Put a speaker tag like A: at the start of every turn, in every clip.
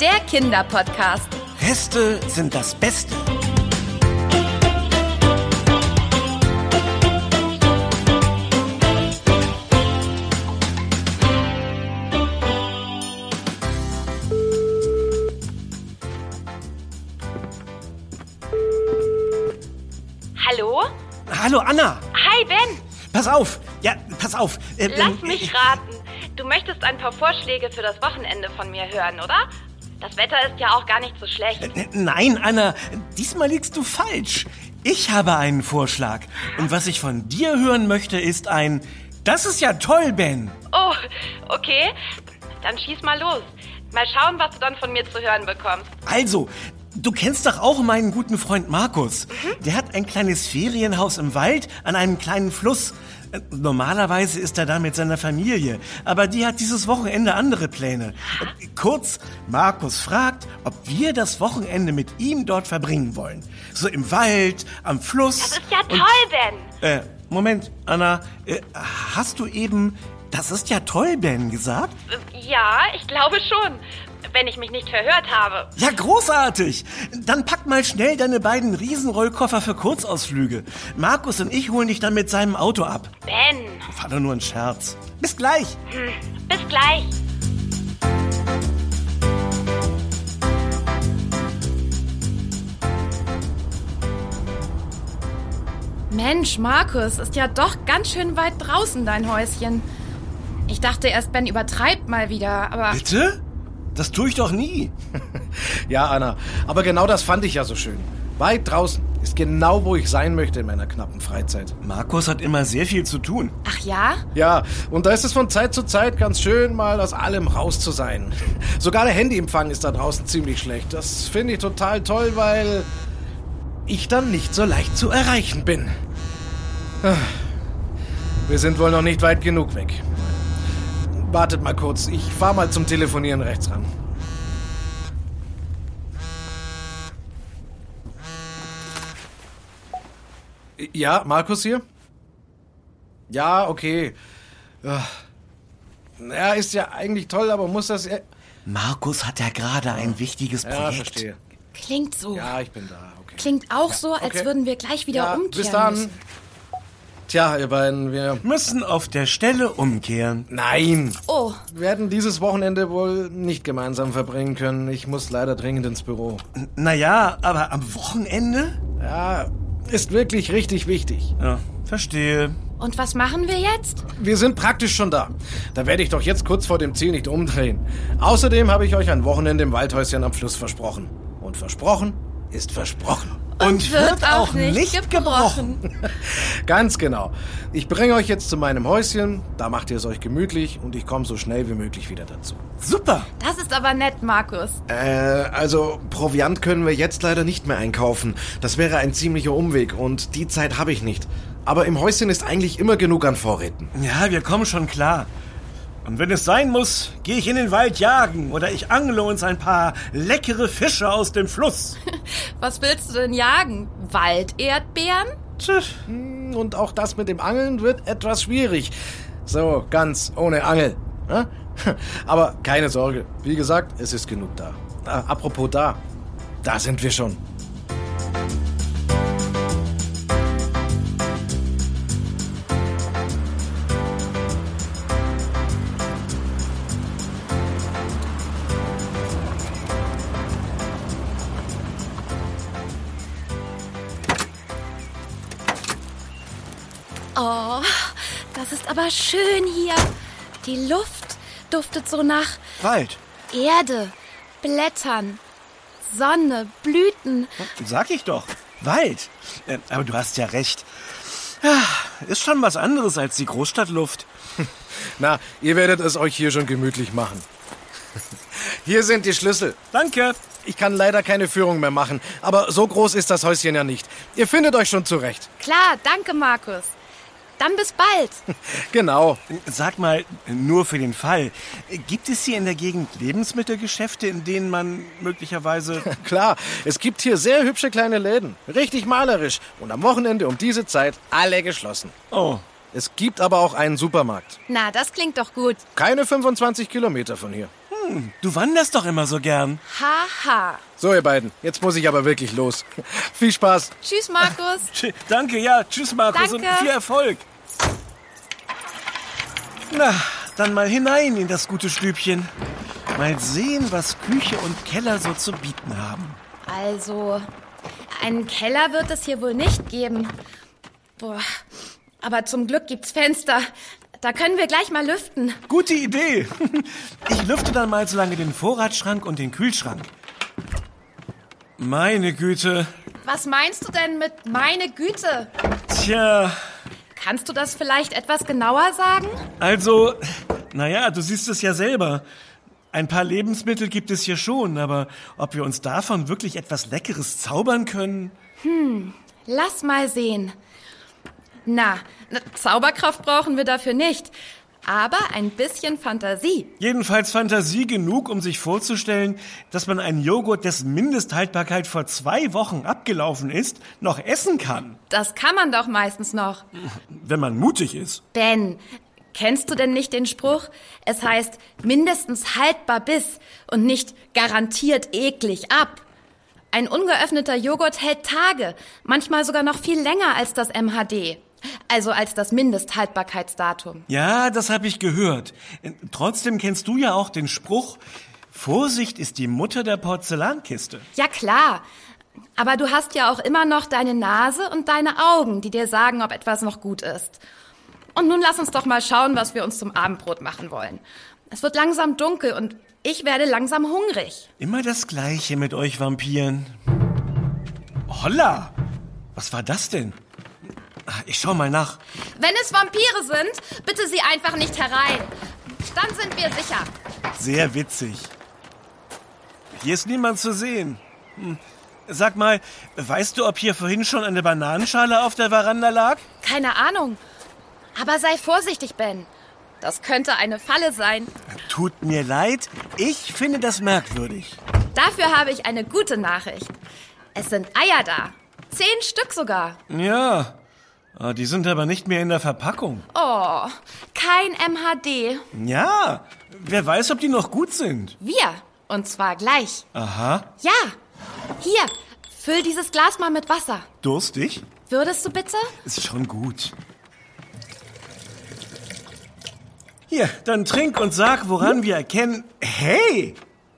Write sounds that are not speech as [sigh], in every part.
A: der Kinderpodcast.
B: Reste sind das Beste.
C: Hallo?
B: Hallo Anna,
C: Hi Ben,
B: pass auf. Ja, pass auf. Äh,
C: lass
B: ähm,
C: mich raten. Du möchtest ein paar Vorschläge für das Wochenende von mir hören, oder? Das Wetter ist ja auch gar nicht so schlecht.
B: äh, Nein, Anna, diesmal liegst du falsch. Ich habe einen Vorschlag. Und was ich von dir hören möchte, ist ein Das ist ja toll, Ben.
C: Oh, okay. Dann schieß mal los. Mal schauen, was du dann von mir zu hören bekommst.
B: Also, du kennst doch auch meinen guten Freund Markus.
C: Mhm.
B: Der hat ein kleines Ferienhaus im Wald an einem kleinen Fluss. Äh, Normalerweise ist er da mit seiner Familie, aber die hat dieses Wochenende andere Pläne. Äh, Kurz, Markus fragt, ob wir das Wochenende mit ihm dort verbringen wollen. So im Wald, am Fluss.
C: Das ist ja
B: Und-
C: toll, Ben.
B: Äh, Moment, Anna, äh, hast du eben, das ist ja toll, Ben, gesagt?
C: Äh, Ja, ich glaube schon. Wenn ich mich nicht verhört habe.
B: Ja, großartig. Dann pack mal schnell deine beiden Riesenrollkoffer für Kurzausflüge. Markus und ich holen dich dann mit seinem Auto ab.
C: Ben,
B: War doch nur ein Scherz. Bis gleich.
C: bis gleich.
A: Mensch, Markus, ist ja doch ganz schön weit draußen dein Häuschen. Ich dachte erst, Ben übertreibt mal wieder, aber
B: Bitte? Das tue ich doch nie.
D: [laughs] Ja, Anna, aber genau das fand ich ja so schön. Weit draußen ist genau, wo ich sein möchte in meiner knappen Freizeit.
B: Markus hat immer sehr viel zu tun.
A: ach ja?
D: Ja, und da ist es von Zeit zu Zeit ganz schön, mal aus allem raus zu sein. Sogar der Handyempfang ist da draußen ziemlich schlecht. Das finde ich total toll, weil ich dann nicht so leicht zu erreichen bin. Ah, Wir sind wohl noch nicht weit genug weg. Wartet mal kurz, ich fahr mal zum Telefonieren rechts ran. Ja, Markus hier? Ja, okay. Ja, ist ja eigentlich toll, aber muss das... Ja,
B: Markus hat ja gerade ein wichtiges
D: ja
B: Projekt.
D: verstehe.
A: Klingt so.
D: Ja, ich bin da, okay.
A: Klingt auch so, als
D: okay.
A: würden wir gleich wieder
D: ja,
A: umkehren.
D: bis dann.
A: müssen.
D: Tja, ihr beiden, wir...
B: Müssen auf der Stelle umkehren.
D: Nein!
A: Oh,
D: Werden dieses Wochenende wohl nicht gemeinsam verbringen können. Ich muss leider dringend ins Büro.
B: N- Naja, aber am Wochenende?
D: Ja, ist wirklich richtig wichtig.
B: Ja, verstehe.
A: und was machen wir jetzt?
D: Wir sind praktisch schon da. Da werde ich doch jetzt kurz vor dem Ziel nicht umdrehen. Außerdem habe ich euch ein Wochenende im Waldhäuschen am Fluss versprochen. Und versprochen ist versprochen.
B: Und,
D: Ganz genau. Ich bringe euch jetzt zu meinem Häuschen, da macht ihr es euch gemütlich und ich komme so schnell wie möglich wieder dazu.
B: Super.
A: Das ist aber nett, Markus.
D: Äh, also Proviant können wir jetzt leider nicht mehr einkaufen. Das wäre ein ziemlicher Umweg und die Zeit habe ich nicht. Aber im Häuschen ist eigentlich immer genug an Vorräten.
B: Ja, wir kommen schon klar. Und wenn es sein muss, gehe ich in den Wald jagen oder ich angle uns ein paar leckere Fische aus dem Fluss.
A: Was willst du denn jagen? Walderdbeeren?
B: Tja,
D: Und auch das mit dem Angeln wird etwas schwierig. So, ganz ohne Angel. ne? [laughs] Aber keine Sorge. Wie gesagt, es ist genug da. Ah, apropos da. Da sind wir schon.
A: Oh, das ist aber schön hier. Die Luft duftet so nach
B: Wald.
A: Erde, Blättern, Sonne, Blüten.
B: Sag ich doch. Wald. Äh, aber du hast ja recht. Ah, Ist schon was anderes als die Großstadtluft.
D: Na, ihr werdet es euch hier schon gemütlich machen. Hier sind die Schlüssel.
B: Danke.
D: Ich kann leider keine Führung mehr machen, aber so groß ist das Häuschen ja nicht. Ihr findet euch schon zurecht.
A: Klar, danke, Markus. Dann bis bald.
D: Genau. [laughs]
B: Sag mal, nur für den Fall, gibt es hier in der Gegend Lebensmittelgeschäfte, in denen man möglicherweise...
D: Klar, es gibt hier sehr hübsche kleine Läden. Richtig malerisch. Und am Wochenende um diese Zeit alle geschlossen.
B: Oh,
D: Es gibt aber auch einen Supermarkt.
A: Na, das klingt doch gut.
D: Keine 25 Kilometer von hier.
B: Hm, du wanderst doch immer so gern.
A: Haha.
D: So, ihr beiden, jetzt muss ich aber wirklich los. [laughs] Viel Spaß.
A: Tschüss, Markus.
B: Tsch- Danke, ja. Tschüss, Markus, und
A: Danke.
B: viel Erfolg. Na, dann mal hinein in das gute Stübchen. Mal sehen, was Küche und Keller so zu bieten haben.
A: Also, einen Keller wird es hier wohl nicht geben. Boah, aber zum Glück gibt's Fenster. Da können wir gleich mal lüften.
B: Gute Idee. [laughs] Ich lüfte dann mal so lange den Vorratsschrank und den Kühlschrank. Meine Güte.
A: Was meinst du denn mit meine Güte?
B: Tja,
A: Kannst du das vielleicht etwas genauer sagen?
B: also, naja, du siehst es ja selber. Ein paar Lebensmittel gibt es hier schon, aber ob wir uns davon wirklich etwas Leckeres zaubern können?
A: Lass mal sehen. Na, ne Zauberkraft brauchen wir dafür nicht. Aber ein bisschen Fantasie.
B: Jedenfalls Fantasie genug, um sich vorzustellen, dass man einen Joghurt, dessen Mindesthaltbarkeit vor zwei Wochen abgelaufen ist, noch essen kann,
A: Das kann man doch meistens noch.
B: wenn man mutig ist.
A: Ben, kennst du denn nicht den Spruch? Es heißt mindestens haltbar bis und nicht garantiert eklig ab. Ein ungeöffneter Joghurt hält Tage, manchmal sogar noch viel länger als das MHD, also als das Mindesthaltbarkeitsdatum.
B: Ja, das habe ich gehört. Äh, Trotzdem kennst du ja auch den Spruch, Vorsicht ist die Mutter der Porzellankiste.
A: Ja klar, aber du hast ja auch immer noch deine Nase und deine Augen, die dir sagen, ob etwas noch gut ist. Und nun lass uns doch mal schauen, was wir uns zum Abendbrot machen wollen. Es wird langsam dunkel und ich werde langsam hungrig.
B: Immer das Gleiche mit euch Vampiren. Holla! Was war das denn? Ah, Ich schau mal nach.
A: Wenn es Vampire sind, bitte sie einfach nicht herein. Dann sind wir sicher.
B: Sehr witzig. Hier ist niemand zu sehen. Hm. Sag mal, weißt du, ob hier vorhin schon eine Bananenschale auf der Veranda lag?
A: Keine Ahnung. Aber sei vorsichtig, Ben. Das könnte eine Falle sein.
B: Tut mir leid, ich finde das merkwürdig.
A: Dafür habe ich eine gute Nachricht. Es sind Eier da. Zehn Stück sogar.
B: Ja, ah, die sind aber nicht mehr in der Verpackung.
A: Oh, kein MHD.
B: Ja, wer weiß, ob die noch gut sind.
A: Wir. Und zwar gleich.
B: Aha,
A: Ja. Hier, füll dieses Glas mal mit Wasser.
B: durstig?
A: Würdest du bitte?
B: Ist schon gut. Hier, dann trink und sag, woran wir erkennen. Hey!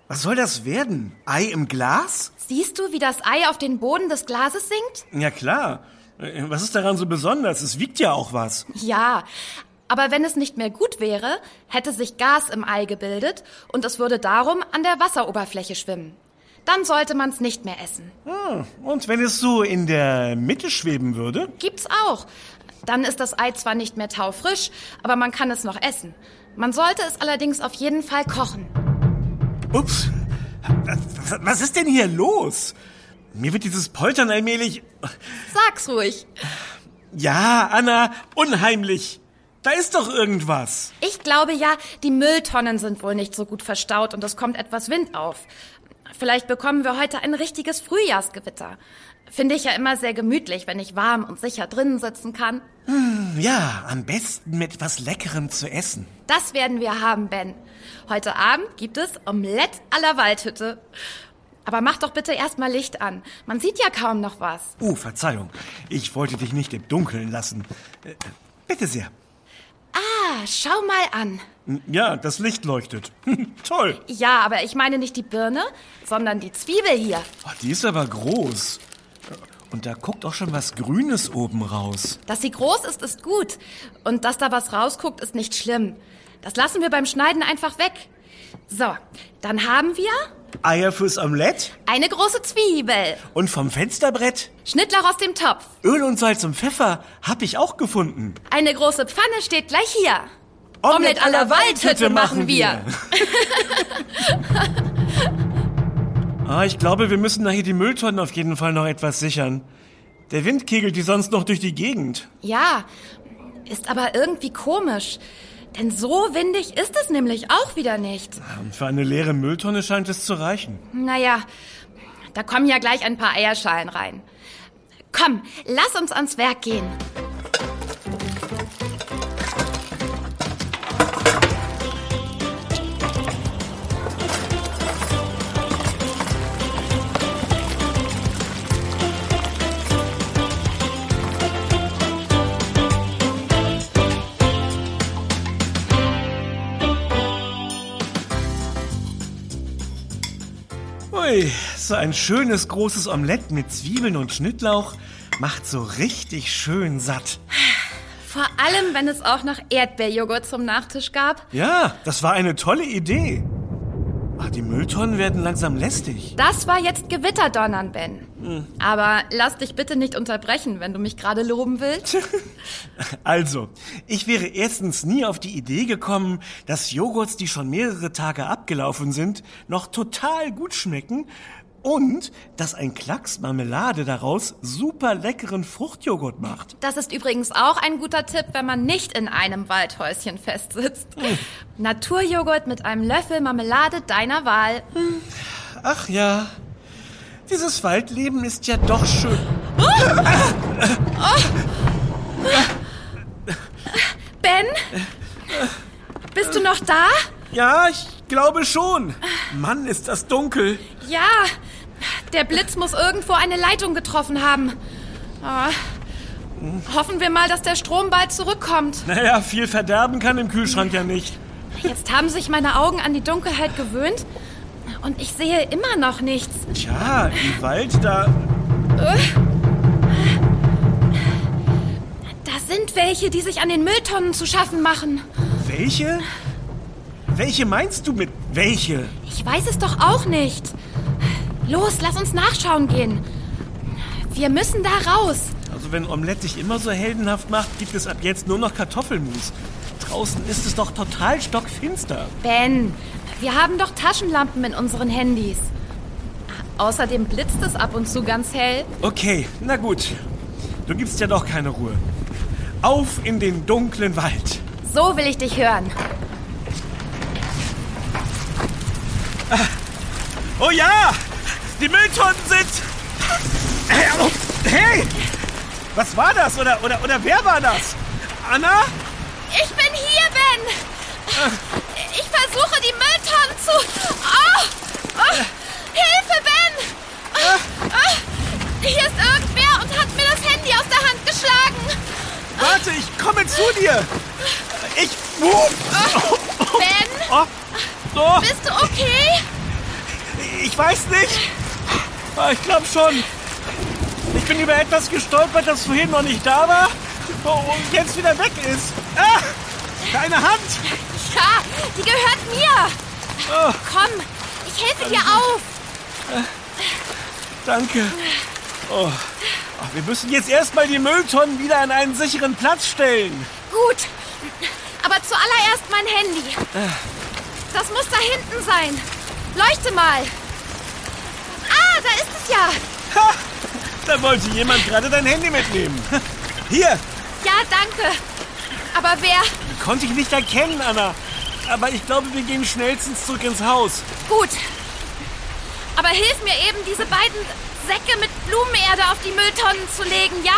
B: Was soll das werden? Ei im Glas?
A: Siehst du, wie das Ei auf den Boden des Glases sinkt?
B: Ja klar. Äh, Was ist daran so besonders? Es wiegt ja auch was.
A: Ja, aber wenn es nicht mehr gut wäre, hätte sich Gas im Ei gebildet und es würde darum an der Wasseroberfläche schwimmen. Dann sollte man es nicht mehr essen.
B: Und wenn es so in der Mitte schweben würde?
A: Gibt's auch. Dann ist das Ei zwar nicht mehr taufrisch, aber man kann es noch essen. Man sollte es allerdings auf jeden Fall kochen.
B: Ups. Was- Was ist denn hier los? Mir wird dieses Poltern allmählich.
A: Sag's ruhig.
B: Ja, Anna, unheimlich. Da ist doch irgendwas.
A: Ich glaube ja, die Mülltonnen sind wohl nicht so gut verstaut und es kommt etwas Wind auf. Vielleicht bekommen wir heute ein richtiges Frühjahrsgewitter. Finde ich ja immer sehr gemütlich, wenn ich warm und sicher drinnen sitzen kann.
B: Ja, am besten mit etwas Leckerem zu essen.
A: Das werden wir haben, Ben. Heute Abend gibt es Omelette à la Waldhütte. Aber mach doch bitte erstmal Licht an. Man sieht ja kaum noch was.
B: Oh, Verzeihung. Ich wollte dich nicht im Dunkeln lassen. Äh, Bitte sehr. Hm,
A: Ah, schau mal an.
B: Ja, das Licht leuchtet. [laughs] Toll.
A: Ja, aber ich meine nicht die Birne, sondern die Zwiebel hier.
B: Oh, die ist aber groß. Und da guckt auch schon was Grünes oben raus.
A: Dass sie groß ist, ist gut. Und dass da was rausguckt, ist nicht schlimm. Das lassen wir beim Schneiden einfach weg. So, dann haben wir
B: Eier fürs Omelett
A: eine große Zwiebel.
B: und vom Fensterbrett
A: Schnittlauch aus dem Topf.
B: Öl und Salz und Pfeffer hab ich auch gefunden.
A: Eine große Pfanne steht gleich hier. Omelette à la Waldhütte machen wir.
B: ah, ich glaube, wir [laughs] müssen nachher die Mülltonnen auf jeden Fall noch etwas sichern. Der Wind kegelt die sonst noch durch die Gegend.
A: Ja, ist aber irgendwie komisch. Denn so windig ist es nämlich auch wieder nicht.
B: Und Ähm, für eine leere Mülltonne scheint es zu reichen.
A: Naja, da kommen ja gleich ein paar Eierschalen rein. Komm, lass uns ans Werk gehen.
B: Ui, so ein schönes großes Omelett mit Zwiebeln und Schnittlauch macht so richtig schön satt.
A: Vor allem, wenn es auch noch Erdbeerjoghurt zum Nachtisch gab.
B: Ja, das war eine tolle Idee. Ah, die Mülltonnen werden langsam lästig.
A: Das war jetzt Gewitterdonnern, Ben. Aber lass dich bitte nicht unterbrechen, wenn du mich gerade loben willst.
B: Also, ich wäre erstens nie auf die Idee gekommen, dass Joghurts, die schon mehrere Tage abgelaufen sind, noch total gut schmecken und dass ein Klacks Marmelade daraus super leckeren Fruchtjoghurt macht.
A: Das ist übrigens auch ein guter Tipp, wenn man nicht in einem Waldhäuschen festsitzt. Naturjoghurt mit einem Löffel Marmelade deiner Wahl.
B: Ach ja, dieses Waldleben ist ja doch schön.
A: Ben? Bist du noch da?
B: Ja, ich glaube schon. Mann, ist das dunkel.
A: Ja, der Blitz muss irgendwo eine Leitung getroffen haben. Ah, hoffen wir mal, dass der Strom bald zurückkommt.
B: Naja, viel verderben kann im Kühlschrank ja nicht.
A: Jetzt haben sich meine Augen an die Dunkelheit gewöhnt und ich sehe immer noch nichts.
B: Tja, im Wald da.
A: Da sind welche, die sich an den Mülltonnen zu schaffen machen.
B: Welche? Welche meinst du mit welche?
A: Ich weiß es doch auch nicht. Los, lass uns nachschauen gehen. Wir müssen da raus.
B: Also wenn Omelette dich immer so heldenhaft macht, gibt es ab jetzt nur noch Kartoffelmus. Draußen ist es doch total stockfinster.
A: Ben, wir haben doch Taschenlampen in unseren Handys. Außerdem blitzt es ab und zu ganz hell.
B: Okay, na gut. Du gibst ja doch keine Ruhe. Auf in den dunklen Wald.
A: So will ich dich hören.
B: Oh ja! Die Mülltonnen sind. Hey, oh, Hey! Was war das? Oder, oder, oder wer war das? Anna?
A: Ich bin hier, Ben. Ich versuche, die Mülltonnen zu... Oh, oh, Hilfe, Ben. Oh, hier ist irgendwer und hat mir das Handy aus der Hand geschlagen.
B: Warte, ich komme zu dir! Ich. Oh,
A: Ben,
B: oh, oh,
A: bist du okay?
B: ich weiß nicht. Ah, Ich glaube schon. Ich bin über etwas gestolpert, das vorhin noch nicht da war oh, und jetzt wieder weg ist. Ah! Deine Hand!
A: Ja, die gehört mir.
B: Oh.
A: Komm, ich helfe dir auf.
B: Danke. Oh. Ach, Wir müssen jetzt erstmal die Mülltonnen wieder an einen sicheren Platz stellen.
A: Gut. Aber zuallererst mein Handy. Das muss da hinten sein. Leuchte mal. Ah, da ist es ja.
B: Ha! Da wollte jemand gerade dein Handy mitnehmen. [laughs] Hier,
A: Ja, danke. Aber wer?
B: konnte ich nicht erkennen, Anna. Aber ich glaube, wir gehen schnellstens zurück ins Haus.
A: Gut. Aber hilf mir eben, diese beiden Säcke mit Blumenerde auf die Mülltonnen zu legen, ja?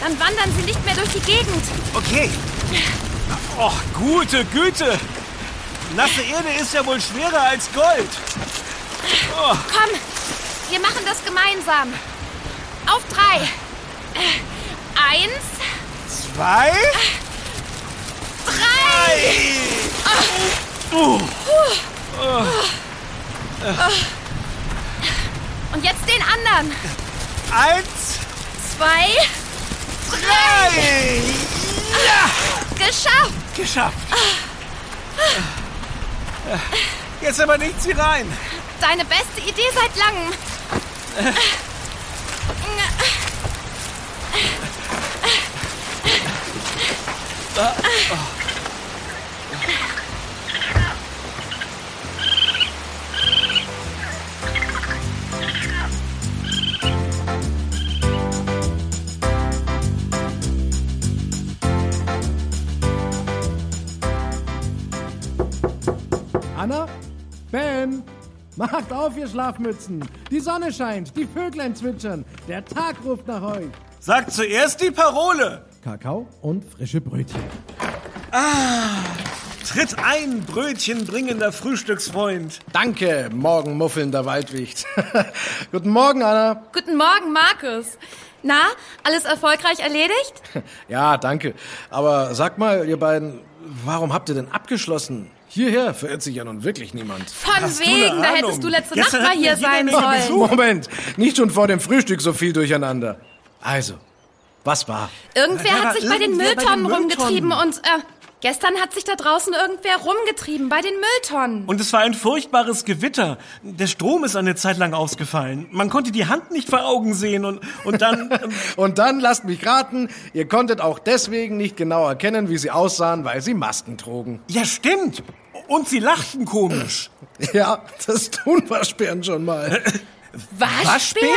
A: Dann wandern sie nicht mehr durch die Gegend.
B: Okay. Oh, gute Güte. Nasse Erde ist ja wohl schwerer als Gold.
A: Komm, wir machen das gemeinsam. Auf drei. Äh, Eins,
B: Zwei.
A: drei.
B: Uh,
A: Und jetzt den anderen.
B: eins.
A: Zwei,
B: Drei.
A: geschafft.
B: Geschafft. Jetzt aber nichts wie rein.
A: Deine beste Idee seit langem.
D: Anna? Ben? Macht auf, ihr Schlafmützen! Die Sonne scheint, die Vöglein zwitschern, der Tag ruft nach euch!
B: Sag zuerst die Parole.
D: Kakao und frische Brötchen.
B: Tritt ein, Brötchen bringender Frühstücksfreund.
D: Danke, morgenmuffelnder Waldwicht. [laughs] Guten Morgen, Anna.
A: Guten Morgen, Markus. Na, alles erfolgreich erledigt?
D: Ja, danke. Aber sag mal, ihr beiden, warum habt ihr denn abgeschlossen? Hierher verirrt sich ja nun wirklich niemand.
A: Von
B: Hast du
A: wegen,
B: eine
A: da
B: Ahnung?
A: hättest du letzte Nacht
B: Gestern
A: mal
B: hatten wir
A: hier
B: wieder
A: sein
B: einen
A: sollen.
B: Besuch.
D: [laughs] Moment, nicht schon vor dem Frühstück so viel durcheinander. Also, was war?
A: Irgendwer
B: Ja,
A: hat
B: da
A: sich bei den
B: irgendwer bei den
A: Mülltonnen rumgetrieben
B: Mülltonnen.
A: und äh, gestern hat sich da draußen irgendwer rumgetrieben bei den Mülltonnen.
B: Und es war ein furchtbares Gewitter. Der Strom ist eine Zeit lang ausgefallen. Man konnte die Hand nicht vor Augen sehen und, und [laughs] dann... ähm,
D: Und dann lasst mich raten, ihr konntet auch deswegen nicht genau erkennen, wie sie aussahen, weil sie Masken trugen. [laughs]
B: ja, stimmt. Und sie lachten komisch.
D: Ja, das tun Waschbären schon mal.
A: Waschbären?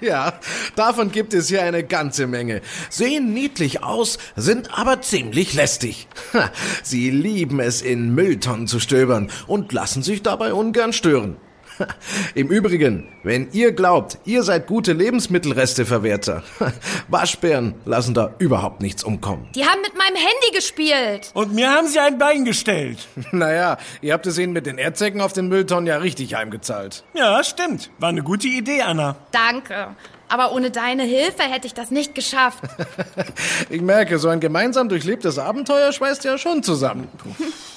D: Ja, davon gibt es hier eine ganze Menge. Sehen niedlich aus, sind aber ziemlich lästig. Ha, Sie lieben es, in Mülltonnen zu stöbern und lassen sich dabei ungern stören. Ha, Im Übrigen, wenn ihr glaubt, ihr seid gute Lebensmittelresteverwerter, [laughs] ha, Waschbären lassen da überhaupt nichts umkommen.
A: Die haben mit meinem Handy gespielt.
B: Und mir haben sie ein Bein gestellt.
D: Naja, ihr habt es ihnen mit den Erdsäcken auf den Mülltonnen ja richtig heimgezahlt.
B: Ja, stimmt. War eine gute Idee, Anna.
A: Danke. Aber ohne deine Hilfe hätte ich das nicht geschafft.
D: Ich merke, so ein gemeinsam durchlebtes Abenteuer schweißt ja schon zusammen.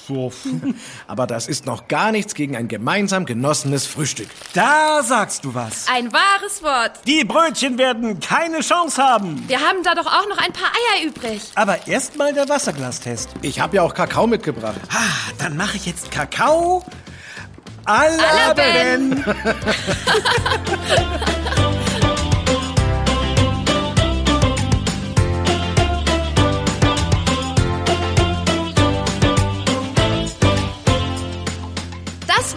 B: So.
D: [laughs] Aber das ist noch gar nichts gegen ein gemeinsam genossenes Frühstück.
B: Da sagst du was.
A: Ein wahres Wort.
B: Die Brötchen werden keine Chance haben.
A: Wir haben da doch auch noch ein paar Eier übrig.
B: Aber erstmal der Wasserglastest.
D: Ich habe ja auch Kakao mitgebracht.
B: Ah, dann mache ich jetzt Kakao. Alla
A: la
B: Ben.
A: Ben. Das